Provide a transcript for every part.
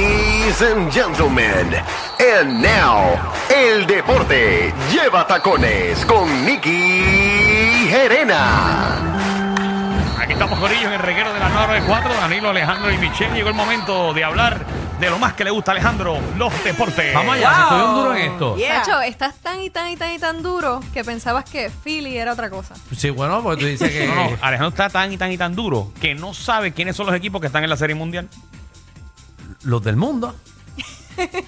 Ladies and gentlemen, and now, el deporte lleva tacones con Nicky Gerena. Aquí estamos Corillo en el reguero de la 994, Danilo, Alejandro y Michelle. Llegó el momento de hablar de lo más que le gusta a Alejandro, los deportes. Vamos allá, se estoy un duro en esto. Yeah. Sacho, estás tan y tan y tan y tan duro que pensabas que Philly era otra cosa. Sí, bueno, porque tú dices que. No, no, Alejandro está tan y tan y tan duro que no sabe quiénes son los equipos que están en la Serie Mundial. Los del mundo.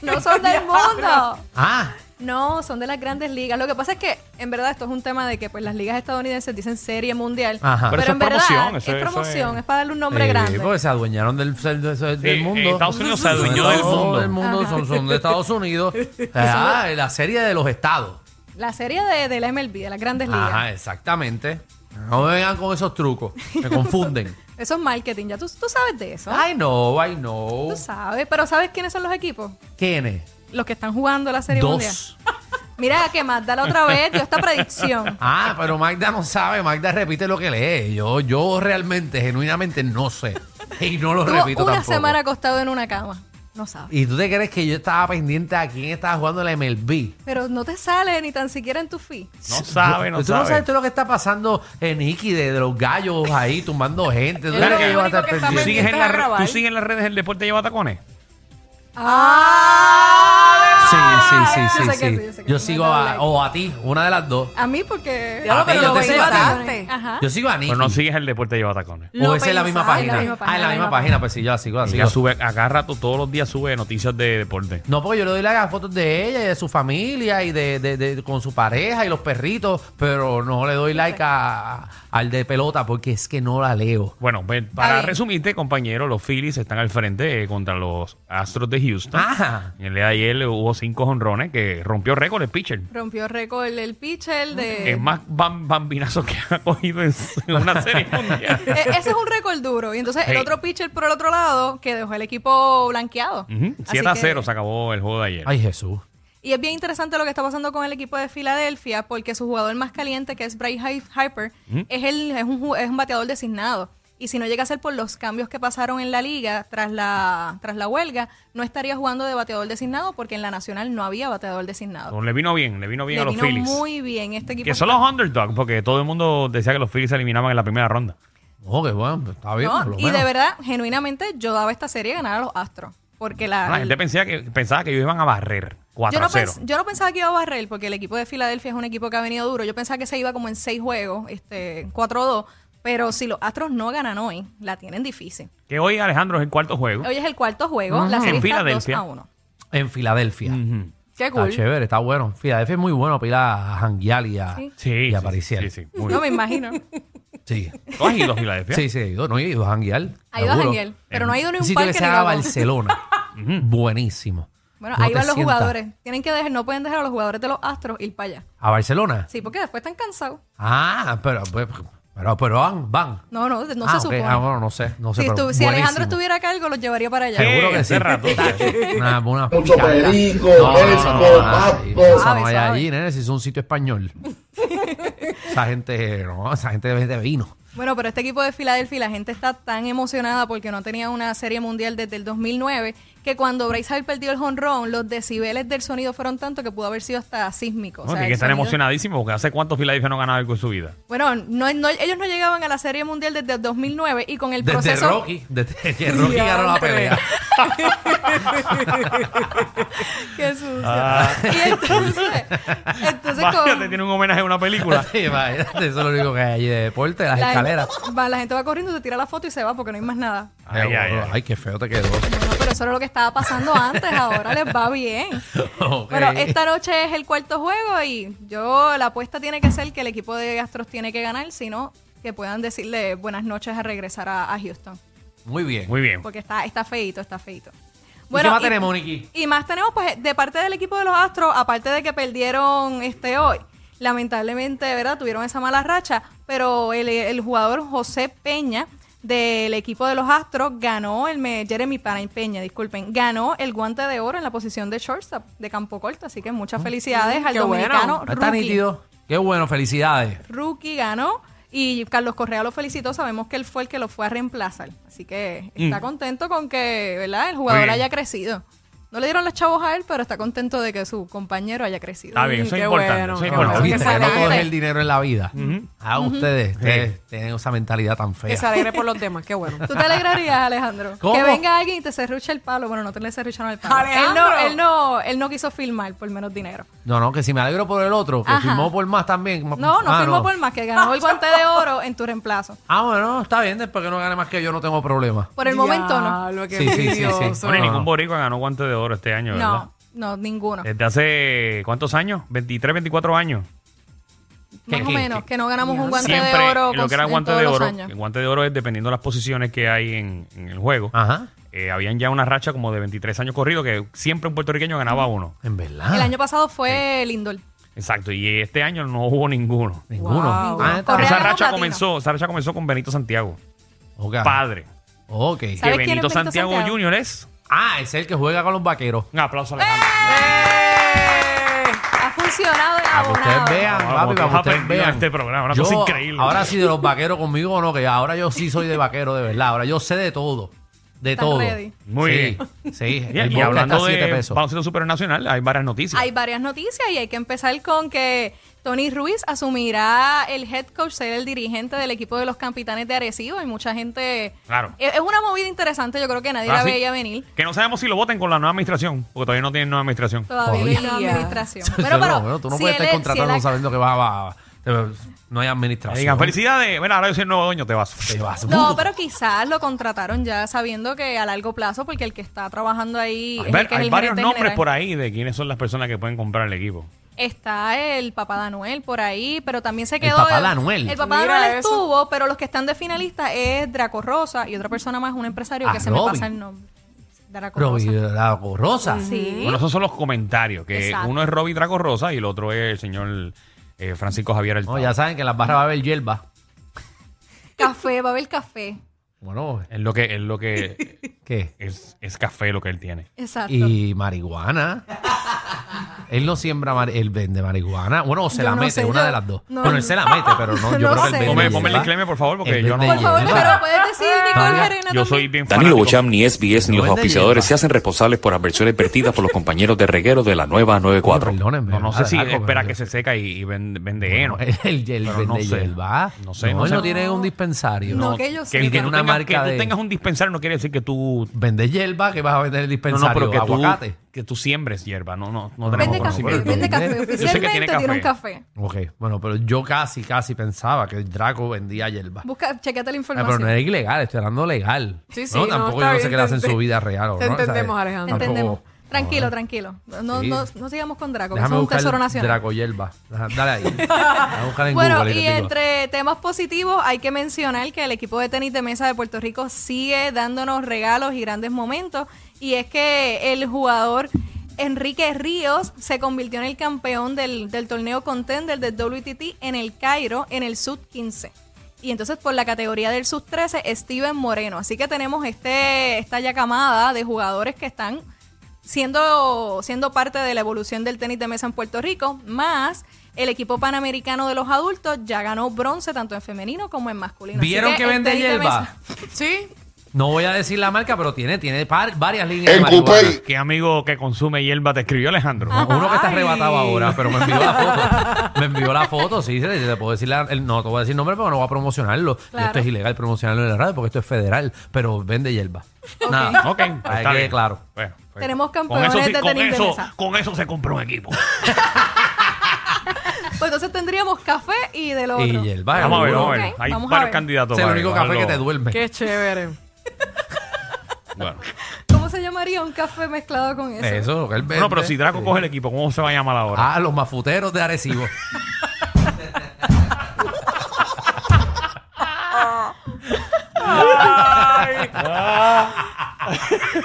No son del mundo. Ah, No, son de las grandes ligas. Lo que pasa es que, en verdad, esto es un tema de que pues las ligas estadounidenses dicen serie mundial. Ajá. Pero Pero, eso en es verdad promoción, es eso- eso promoción, es- es... para darle un nombre eh, grande. Porque se adueñaron del, del- del- del Sí, mundo. eh, Estados Unidos se adueñó Son del todos mundo. del Ah. mundo, son, son de Estados Unidos. Ah, la serie de los estados. La serie de, de la MLB, de las grandes Ajá, ligas. exactamente. No me vengan con esos trucos. Me confunden. Eso es marketing, ya tú, tú sabes de eso. I know, I know. Tú sabes, pero ¿sabes quiénes son los equipos? ¿Quién es? Los que están jugando la serie mundial. Dos. Mira, que más da la otra vez dio esta predicción. Ah, pero Magda no sabe. Magda repite lo que lee. Yo, yo realmente, genuinamente no sé. Y no lo Tuvo repito una tampoco. semana acostado en una cama. No sabes. ¿Y tú te crees que yo estaba pendiente a quién estaba jugando la MLB? Pero no te sale ni tan siquiera en tu feed. No sabe, no tú sabe. no sabes todo lo que está pasando en Nicky de, de los gallos ahí tumbando gente. ¿Tú Es crees lo que yo voy a único estar que está ¿Tú pendiente? sigues, en Pendientes la- a grabar. tú sigues en las redes el deporte lleva tacones? ¡Ah! Sí, sí, sí, sí. Yo sí, sé que sí, yo sé que Yo sí, sigo no te a, like. Ah, o a ti, una de las dos. A mí porque... Ya lo que Papi, yo te yo tengo sigo a ti. tacones. Ajá. Yo sigo a Nicky. Pero no sigues el deporte lleva tacones. o Lo esa es la misma pensaba, página. la misma Ah, página, es la misma página, pues sí, yo la sigo, la Ella sigo. sube, a cada rato, todos los días sube noticias de deporte. No, porque yo le doy las fotos de ella y de su familia y de, de- de- con su pareja y los perritos, pero no le doy like a- al de pelota porque es que no la leo. Bueno, pues, para bien. resumirte, compañero, los Phillies están al frente eh, contra los Astros de Houston. Ajá. En el día de ayer hubo cinco jonrones que rompió récord el pitcher. Rompió récord el pitcher de... Es más bam- bambinazo que ha cogido en en una serie mundial. Eh, ese es un récord duro. Y entonces el Hey. otro pitcher por el otro lado que dejó el equipo blanqueado. Ujú. Así 7 a que- 0 se acabó el juego de ayer. Ay, Jesús. Y es bien interesante lo que está pasando con el equipo de Filadelfia, porque su jugador más caliente, que es Bryce Hy- Harper, es, el, es, un, ju- es un bateador designado. Y si no llega a ser por los cambios que pasaron en la liga tras la, tras la huelga, no estaría jugando de bateador designado, porque en la nacional no había bateador designado. Entonces, Le vino bien, le vino bien Le a los vino Phillies. muy bien este equipo. Que son los underdogs, porque todo el mundo decía que los Phillies se eliminaban en la primera ronda. Oh, qué bueno, está bien. No, por lo y menos. de verdad, genuinamente, yo daba esta serie a ganar a los Astros. Porque la, Ah, La gente pensaba que, pensaba que ellos iban a barrer 4 Yo no, a 0. pens- yo no pensaba que iba a barrer, porque el equipo de Filadelfia es un equipo que ha venido duro. Yo pensaba que se iba como en seis juegos, este, 4-2. Pero si los Astros no ganan hoy, la tienen difícil. Que hoy Alejandro es el cuarto juego. Hoy es el cuarto juego, la En serie está Filadelfia. 2 a 1. En Filadelfia. Ujú. Qué Está cool. chévere, está bueno. Filadelfia es muy bueno para ir a janguear y a, Sí. Sí, y a sí, pariciar. sí, sí, muy bien. No me imagino. Sí. ¿Tú has ido a Filadelfia? Sí, sí, he ido, no he ido a janguear. Ha ido a seguro. Daniel, pero no ha ido ni Un un sitio parque que ni se llama nada. Barcelona. Buenísimo. Bueno, No ahí te van los sientas. jugadores. Tienen que dejar, no pueden dejar a los jugadores de los Astros ir para allá. ¿A Barcelona? Sí, porque después están cansados. Ah, pero, pero, pero, van, van. No, no, no Ah, se ok. supone. Ah, bueno, no sé, no sé. si, pero estu- si Alejandro buenísimo. estuviera a cargo, los llevaría para allá. Sí, Seguro que sí. hace rato, tacho. Una- una Mucho pichanga. perico, No, no, no, pesco, no, no, sí, pato. eso no Sabe, hay sabe. allí, nene, si es un sitio español. esa gente, no, esa gente de vino. Bueno, pero este equipo de Filadelfia, la gente está tan emocionada porque no tenía una serie mundial desde el 2009 que cuando Bryce Harper perdió el jonrón, los decibeles del sonido fueron tanto que pudo haber sido hasta sísmico. O No, sea, tiene el que estar sonido- emocionadísimo porque hace cuánto Filadelfia no ganaba algo en su vida. Bueno, no, no- ellos no llegaban a la serie mundial desde el 2009 y con el Desde proceso Rocky, desde que Rocky ganó la pelea. Qué sucio. Y entonces, entonces Vaya, con- Ah. te tiene un homenaje a una película. Sí, Imagínate, eso es lo único que hay allí de deporte, las la, escaleras. gente, va- la gente va corriendo, se tira la foto y se va porque no hay más nada. Ay, ay, ay. qué feo te quedó. Bueno, pero eso era lo que estaba pasando antes, ahora les va bien. Ok. Bueno, esta noche es el cuarto juego y yo la apuesta tiene que ser que el equipo de Astros tiene que ganar, sino que puedan decirle buenas noches a regresar a, a Houston, Muy bien. Muy bien. porque está está feito, está feito. qué más tenemos, Nicky? Y más tenemos pues de parte del equipo de los Astros, aparte de que perdieron este hoy. Lamentablemente, ¿verdad? Tuvieron esa mala racha, pero el, el jugador José Peña del equipo de los Astros ganó el me- Jeremy Panain Peña, disculpen, ganó el guante de oro en la posición de shortstop de campo corto, así que Mm. muchas felicidades al qué bueno. dominicano Ah, Está rookie. nítido. Qué bueno, felicidades. Rookie ganó y Carlos Correa lo felicitó, sabemos que él fue el que lo fue a reemplazar, así que está Mm. contento con que, ¿verdad? El jugador bien. haya crecido. No le dieron los chavos a él, pero está contento de que su compañero haya crecido. Está bien, Mm, eso es qué importante. bueno. Eso es Qué Bueno, importante. bueno, que viste se que no todo es alegre. el dinero en la vida. Ujú. Ah, ustedes, ustedes tienen esa mentalidad tan Que fea. se alegre por los demás, qué bueno. ¿Tú te alegrarías, Alejandro? ¿Cómo? Que venga alguien y te serruche el palo. Bueno, no te le serrucharon el palo. Él ¡Alejandro! no, él, no, él no quiso filmar por menos dinero. No, no, que si me alegro por el otro, que Ajá. firmó por más también. Oh, No, no Ah, firmó por más, que ganó el guante de oro en tu reemplazo. Ah, bueno, está bien, después que no gane más que yo, no tengo problema. Por el momento no. Diablo, qué Sí, sí, sí, sí. envidioso. Bueno, y No, ningún no. boricua ganó guante de oro este año, ¿verdad? No, no, ninguno. Desde hace, ¿cuántos años? 23, 24 años. Más que- o que- menos, que no ganamos un guante Siempre de oro lo con- que era en guante todos de los oro, años. el guante de oro es dependiendo de las posiciones que hay en, en el juego. Ajá, Eh, habían ya una racha como de 23 años corrido que siempre un puertorriqueño ganaba uno. en verdad. El año pasado fue Lindor. Exacto, y este año no hubo ninguno. Ninguno. Wow. Ah, está Correa Esa ganó racha, platino. comenzó, esa racha comenzó con Benito Santiago, Ok. padre. Ok. Que ¿Sabes quién es Benito Benito Santiago, Santiago? Junior es. Ah, es el que juega con los vaqueros. Un aplauso, Alejandro. ¡Eh! Ha funcionado Para en que Ah, pues ustedes abonado. vean, No, como tú papi, has para que ustedes aprendido en vean. este programa, una Yo, cosa increíble. Ahora sí, de los vaqueros conmigo o no, que ahora yo sí soy de vaquero, de verdad. Ahora yo sé de todo. De Estás todo. ready. Muy sí, bien. Sí, Eh. Y, el y vodka hablando está a de 7 pesos. baloncesto supernacional, hay varias noticias. Hay varias noticias y hay que empezar con que Tony Ruiz asumirá el head coach, será el dirigente del equipo de los capitanes de Arecibo. Hay mucha gente. E, Claro. Es es una movida interesante, yo creo que nadie Ah, la sí. veía venir. Que no sabemos si lo voten con la nueva administración, porque todavía no tienen nueva administración. Todavía no hay nueva Jodida. administración. Eso Bueno, es pero lo bueno, tú no si puedes él estar es- si él contratando ha- sabiendo que vas a- va a- te- No hay administración. Le digan, felicidades. Mira, ahora yo soy el nuevo dueño, te vas. Te vas. No, pero quizás lo contrataron ya sabiendo que a largo plazo, porque el que está trabajando ahí Hay, es ver- el que es hay el varios gerente nombres general. por ahí de quiénes son las personas que pueden comprar el equipo. Está el Papá Danuel por ahí, pero también se quedó. Papá Danuel. El Papá Mira Danuel eso. estuvo, pero los que están de finalistas es Draco Rosa y otra persona más, un empresario Ah, que se Roby. me pasa el nombre. Draco Pero, Rosa. y la Rosa. Sí. Bueno, esos son los comentarios. Que Exacto. uno es Robbie Draco Rosa y el otro es el señor eh, Francisco Javier El No, Tao. ya saben que en las barras va a haber hierba. Café, va a haber café. Bueno, Es lo que, es lo que ¿qué? es, es café lo que él tiene. Exacto. Y marihuana. él no siembra, mari- él vende marihuana. Bueno, o se Yo la no mete, sé, una yo- de las dos. no, bueno, él se la mete, pero no, yo no creo que él sé. vende Ponme, hierba. ponme el disclaimer, por favor, porque Él yo no. vende Por favor, hierba. pero puedes decir, Nicole Tania, Gerena Yo también. soy bien Danilo fanático. Bocham, ni SBS, ni No los vende auspiciadores hierba. se hacen responsables por adversiones vertidas por los compañeros de reguero de la nueva 94. Perdónenme, No, no sé ¿verdad, si Jaco? Pero espera yo- que se seca y, y ven- vende heno. Bueno, él, él- él Pero vende no sé. hierba. No sé, no él sé. no tiene un dispensario. No, que yo Que, sepa. que Tiene tú una tengas, marca que tú de- tengas un dispensario no quiere decir que tú. Vende hierba que vas a vender el No, dispensario. no, pero que tú, aguacate. que tú siembres hierba. No, no, no tenemos Bueno, Vende café, pero conocimiento. vende yo- café. yo sé que tiene Oficialmente tiene, un café. café. Ok, bueno, pero yo casi, casi pensaba que Draco vendía hierba. Busca, chequeate la Ah, pero información. no era ilegal, estoy hablando legal. Sí, sí, No, no, tampoco está yo no sé bien, qué le hacen en te- su vida real. ¿o te no? O sea, entendemos, Alejandro. tampoco- Entendemos. Tranquilo, No, ¿eh? tranquilo. No, Sí. no, no sigamos con Draco, que eso Déjame es un buscar tesoro nacional. Draco hierba. Ajá, Dale ahí. Déjame buscar en Bueno, Google. y te digo. entre temas positivos hay que mencionar que el equipo de tenis de mesa de Puerto Rico sigue dándonos regalos y grandes momentos. Y es que el jugador Enrique Ríos se convirtió en el campeón del, del torneo contender del WTT en el Cairo en el Sud 15. Y entonces por la categoría del Sud 13, Steven Moreno. Así que tenemos este, esta ya camada de jugadores que están siendo, siendo parte de la evolución del tenis de mesa en Puerto Rico, más el equipo panamericano de los adultos ya ganó bronce tanto en femenino como en masculino. Así ¿Vieron que el vende tenis de hierba? mesa- Sí, No voy a decir la marca, pero tiene, tiene par- varias líneas En de marihuana. ¿Qué amigo que consume hierba te escribió, Alejandro? Ah. Uno que está Ay. arrebatado ahora, pero me envió la foto. Me envió la foto, sí, te, te puedo decir la- el- no te voy a decir nombre, pero no voy a promocionarlo. Y Claro. Esto es ilegal promocionarlo en la radio porque esto es federal, pero vende hierba. Nada. Ok, Para está que bien. quede claro. Bueno, pues, Tenemos con campeones eso sí- de con tenis de eso- mesa. Con eso se compró un equipo. Pues entonces tendríamos café y del otro. Y hierba. vamos a ver, seguro. vamos a ver. Ok, Hay vamos a varios ver. candidatos. Ese Es el para único café que evaluarlo. te duerme. qué chévere. Bueno. ¿Cómo se llamaría un café mezclado con eso? Eso, lo que él vende. No, pero si Draco Sí. coge el equipo, ¿cómo se va a llamar ahora? Ah, los mafuteros de Arecibo.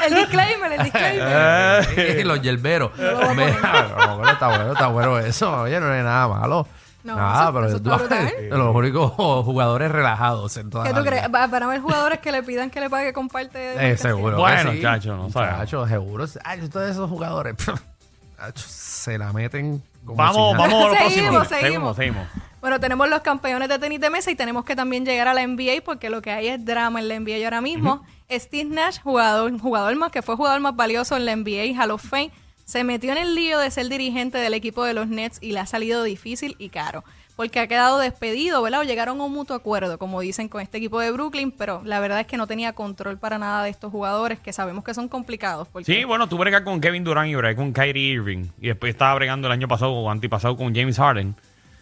El disclaimer, el disclaimer. Eh, Y los yerberos. Mira, no, bueno, está bueno, está bueno eso. Oye, no es nada malo. No, nada, eso- pero eso tú- está brutal. de los únicos jugadores relajados en toda ¿Qué la tú crees? liga. Va- Van a haber jugadores que le pidan que le pague con parte de... Eh, mercancía. seguro. que Bueno, sí. chacho, no sabemos. Chacho, seguro. Ay, todos esos jugadores chacho, se la meten como Vamos, si nada. vamos a lo próximo. Seguimos, seguimos. seguimos. Bueno, tenemos los campeones de tenis de mesa y tenemos que también llegar a la NBA porque lo que hay es drama en la NBA ahora mismo. Steve Nash, jugador, jugador más que fue jugador más valioso en la NBA, Hall of Fame, se metió en el lío de ser dirigente del equipo de los Nets y le ha salido difícil y caro. Porque ha quedado despedido, ¿verdad? O llegaron a un mutuo acuerdo, como dicen con este equipo de Brooklyn, pero la verdad es que no tenía control para nada de estos jugadores que sabemos que son complicados. Porque Sí, bueno, tú bregas con Kevin Durant y bregas con Kyrie Irving. Y después estaba bregando el año pasado o antipasado con James Harden.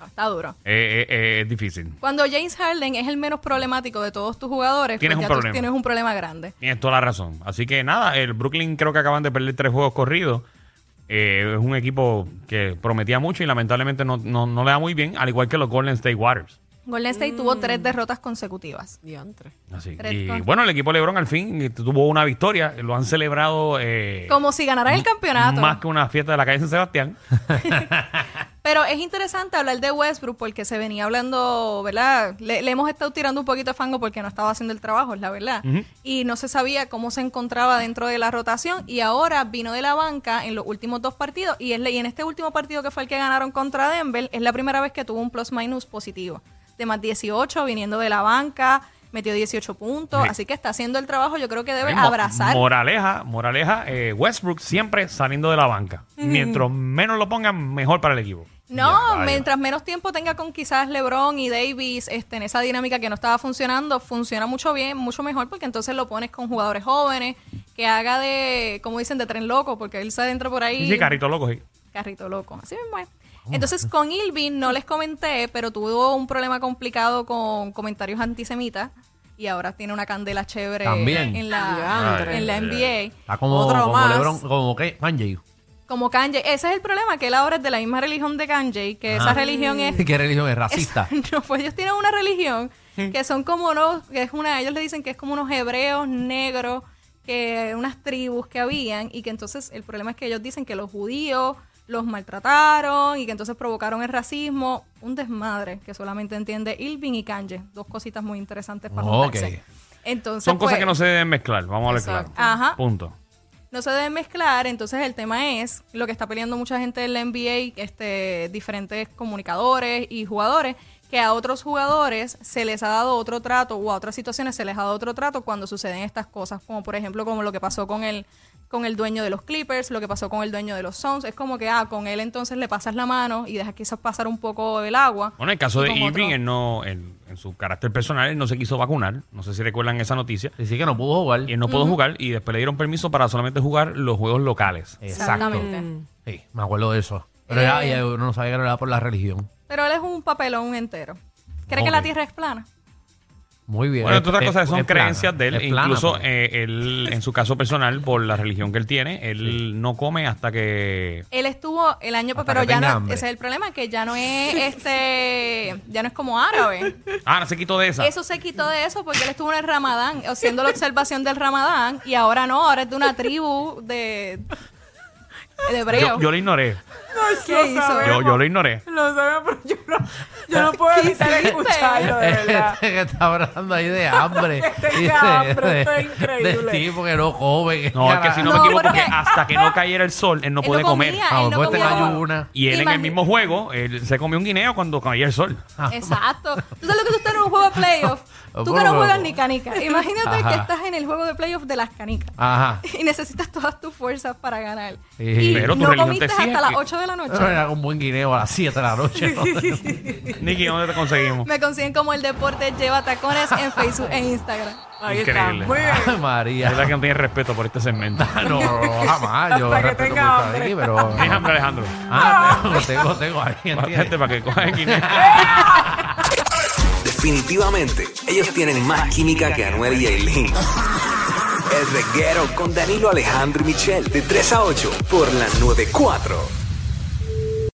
está duro. Eh, eh, eh, es difícil. Cuando James Harden es el menos problemático de todos tus jugadores, Tienes un pues ya tú problema. tienes un problema grande. Tienes toda la razón. Así que nada, el Brooklyn creo que acaban de perder tres juegos corridos. Eh, es un equipo que prometía mucho y lamentablemente no, no- no le da muy bien, al igual que los Golden State Warriors. Golden State tuvo tres derrotas consecutivas. Diantre. Así. Tres Y cosas. bueno, el equipo LeBron al fin tuvo una victoria. Lo han celebrado eh, Como si ganaran el campeonato. más que una fiesta de la calle San Sebastián. Pero es interesante hablar de Westbrook porque se venía hablando, ¿verdad? Le, le hemos estado tirando un poquito de fango porque no estaba haciendo el trabajo, es la verdad. Y no se sabía cómo se encontraba dentro de la rotación y ahora vino de la banca en los últimos dos partidos y, es, la- y en este último partido que fue el que ganaron contra Denver es la primera vez que tuvo un plus-minus positivo. De más 18 viniendo de la banca, metió 18 puntos, Sí. así que está haciendo el trabajo, yo creo que debe Mo- abrazar. Moraleja, moraleja, eh, Westbrook siempre saliendo de la banca. Mientras menos lo pongan, mejor para el equipo. No, mientras menos tiempo tenga con quizás LeBron y Davis este, en esa dinámica que no estaba funcionando, funciona mucho bien, mucho mejor, porque entonces lo pones con jugadores jóvenes, que haga de, como dicen, de tren loco, porque él se adentra por ahí. Y sí, carrito Oh. lo cogí. Carrito loco, así mismo es. Entonces con Ilvin no les comenté, pero tuvo un problema complicado con comentarios antisemitas y ahora tiene una candela chévere También. en la, Diantre. en la NBA. Está como, Otro como más. LeBron, como que Kanye. Como Kanye, ese es el problema, que él ahora es de la misma religión de Kanye, que esa religión es ¿Qué religión es? Racista. Es- no, pues ellos tienen una religión que son como unos, que es una, ellos le dicen que es como unos hebreos negros, que unas tribus que habían, y que entonces el problema es que ellos dicen que los judíos los maltrataron y que entonces provocaron el racismo, un desmadre que solamente entiende Ilvin y Kanye, dos cositas muy interesantes para Ok. juntarse. Entonces, Son cosas pues, que no se deben mezclar, vamos a hablar claro. Exacto. Ajá. Punto. no se deben mezclar, entonces el tema es lo que está peleando mucha gente en la NBA, este, diferentes comunicadores y jugadores, que a otros jugadores se les ha dado otro trato o a otras situaciones se les ha dado otro trato cuando suceden estas cosas, como por ejemplo como lo que pasó con el con el dueño de los Clippers, lo que pasó con el dueño de los Suns, es como que ah, con él entonces le pasas la mano y dejas quizás pasar un poco el agua. Bueno, en el caso Y de con otro- Irving, él no, él, en su carácter personal, él no se quiso vacunar. No sé si recuerdan esa noticia. Así que no pudo jugar. Y él no pudo jugar y después le dieron permiso para solamente jugar los juegos locales. Exacto. Sí, me acuerdo de eso. Pero Eh. era- y uno no sabía que era por la religión. Pero él es un papelón entero. ¿Cree que Ok. la Tierra es plana? Muy bien. Bueno, entre otras Es- cosas es- son es plana, creencias de él. es pues. e plana, incluso pero- eh, él, en su caso personal, por la religión que él tiene, él no come hasta que... Él estuvo el año, Hasta pero que ya tenga no, hambre. ese es el problema, que ya no es este, ya no es como árabe. Ah, no se quitó de esa. Eso se quitó de eso porque él estuvo en el Ramadán, haciendo la observación del Ramadán, y ahora no, ahora es de una tribu de, de hebreo. Yo, yo lo ignoré. ¿Qué hizo? Yo, yo lo ignoré. Lo sabemos, pero yo no, yo no puedo evitar hiciste? escucharlo, de verdad. Este que está hablando ahí de hambre. Tengo Y de- hambre, esto es de- increíble. Del tipo que no come. que No, es que si no me No, equivoco, porque- que hasta que no cayera el sol, él no Él puede no comer. comía, Ah, él no pues te comía. cayó una. Y él en el Imagínate. mismo juego, él se comió un guineo cuando caía el sol. Exacto. Tú sabes lo que tú estás en un juego de playoff. Ah, Tú que bueno, no juegas bueno. ni canica. Imagínate que Ajá. estás en el juego de playoff de las canicas. Ajá. Y necesitas todas tus fuerzas para ganar. Sí. Y Pero tu no religión te comiste hasta exige las que- 8 de la noche. No era un buen guineo a las 7 de la noche. ¿no? Nicky, ¿dónde te conseguimos? Me consiguen como el deporte lleva tacones en Facebook e Instagram. Ahí está. Increíble. Muy bien. Ay, La verdad María. que no tienes respeto por este segmento. No, no, jamás. Yo Hasta que respeto tenga mucho a hambre. Ricky, pero. Tienes hambre, Alejandro. Ah, tengo, tengo, tengo ahí, ¿entiendes? Bájate para que cojas el guineo. Definitivamente, ellos tienen más química que Anuel y Aileen. El reguero con Danilo Alejandro y Michel, de 3 a 8, por la 94.